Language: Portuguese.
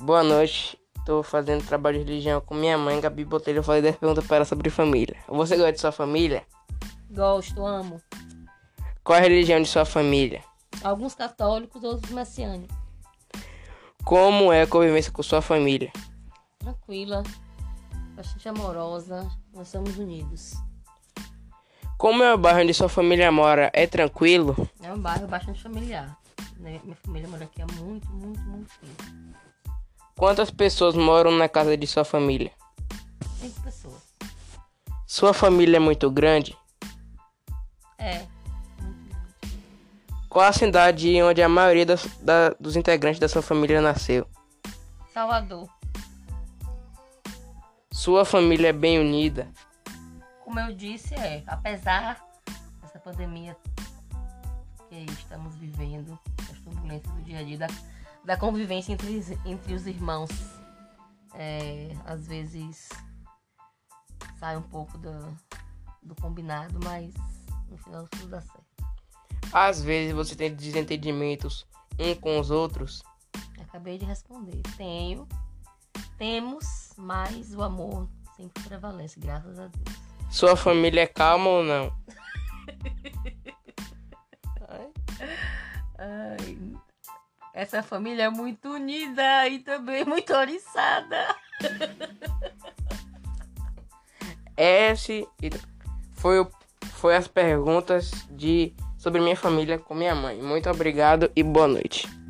Boa noite. Tô fazendo trabalho de religião com minha mãe, Gabi Botelho. Eu falei 10 perguntas para ela sobre família. Você gosta de sua família? Gosto, amo. Qual é a religião de sua família? Alguns católicos, outros messiânicos. Como é a convivência com sua família? Tranquila, bastante amorosa. Nós somos unidos. Como é o bairro onde sua família mora? É tranquilo? É um bairro bastante familiar. né? Minha família mora aqui há muito, muito, muito tempo. Quantas pessoas moram na casa de sua família? Cinco pessoas. Sua família é muito grande? É, Qual a cidade onde a maioria das- da- dos integrantes da sua família nasceu? Salvador. Sua família é bem unida? Como eu disse, é, apesar dessa pandemia que estamos vivendo, as turbulências do dia a dia, da, da convivência entre, os- entre os irmãos, é, às vezes sai um pouco do, do combinado, mas no final tudo dá certo. Às vezes você tem desentendimentos um com os outros? Acabei de responder. Tenho, temos, mas o amor sempre prevalece, graças a Deus. Sua família é calma ou não? Ai, essa família é muito unida e também muito oriçada. Esse e- foi, o- foi as perguntas de sobre minha família com minha mãe. Muito obrigado e boa noite.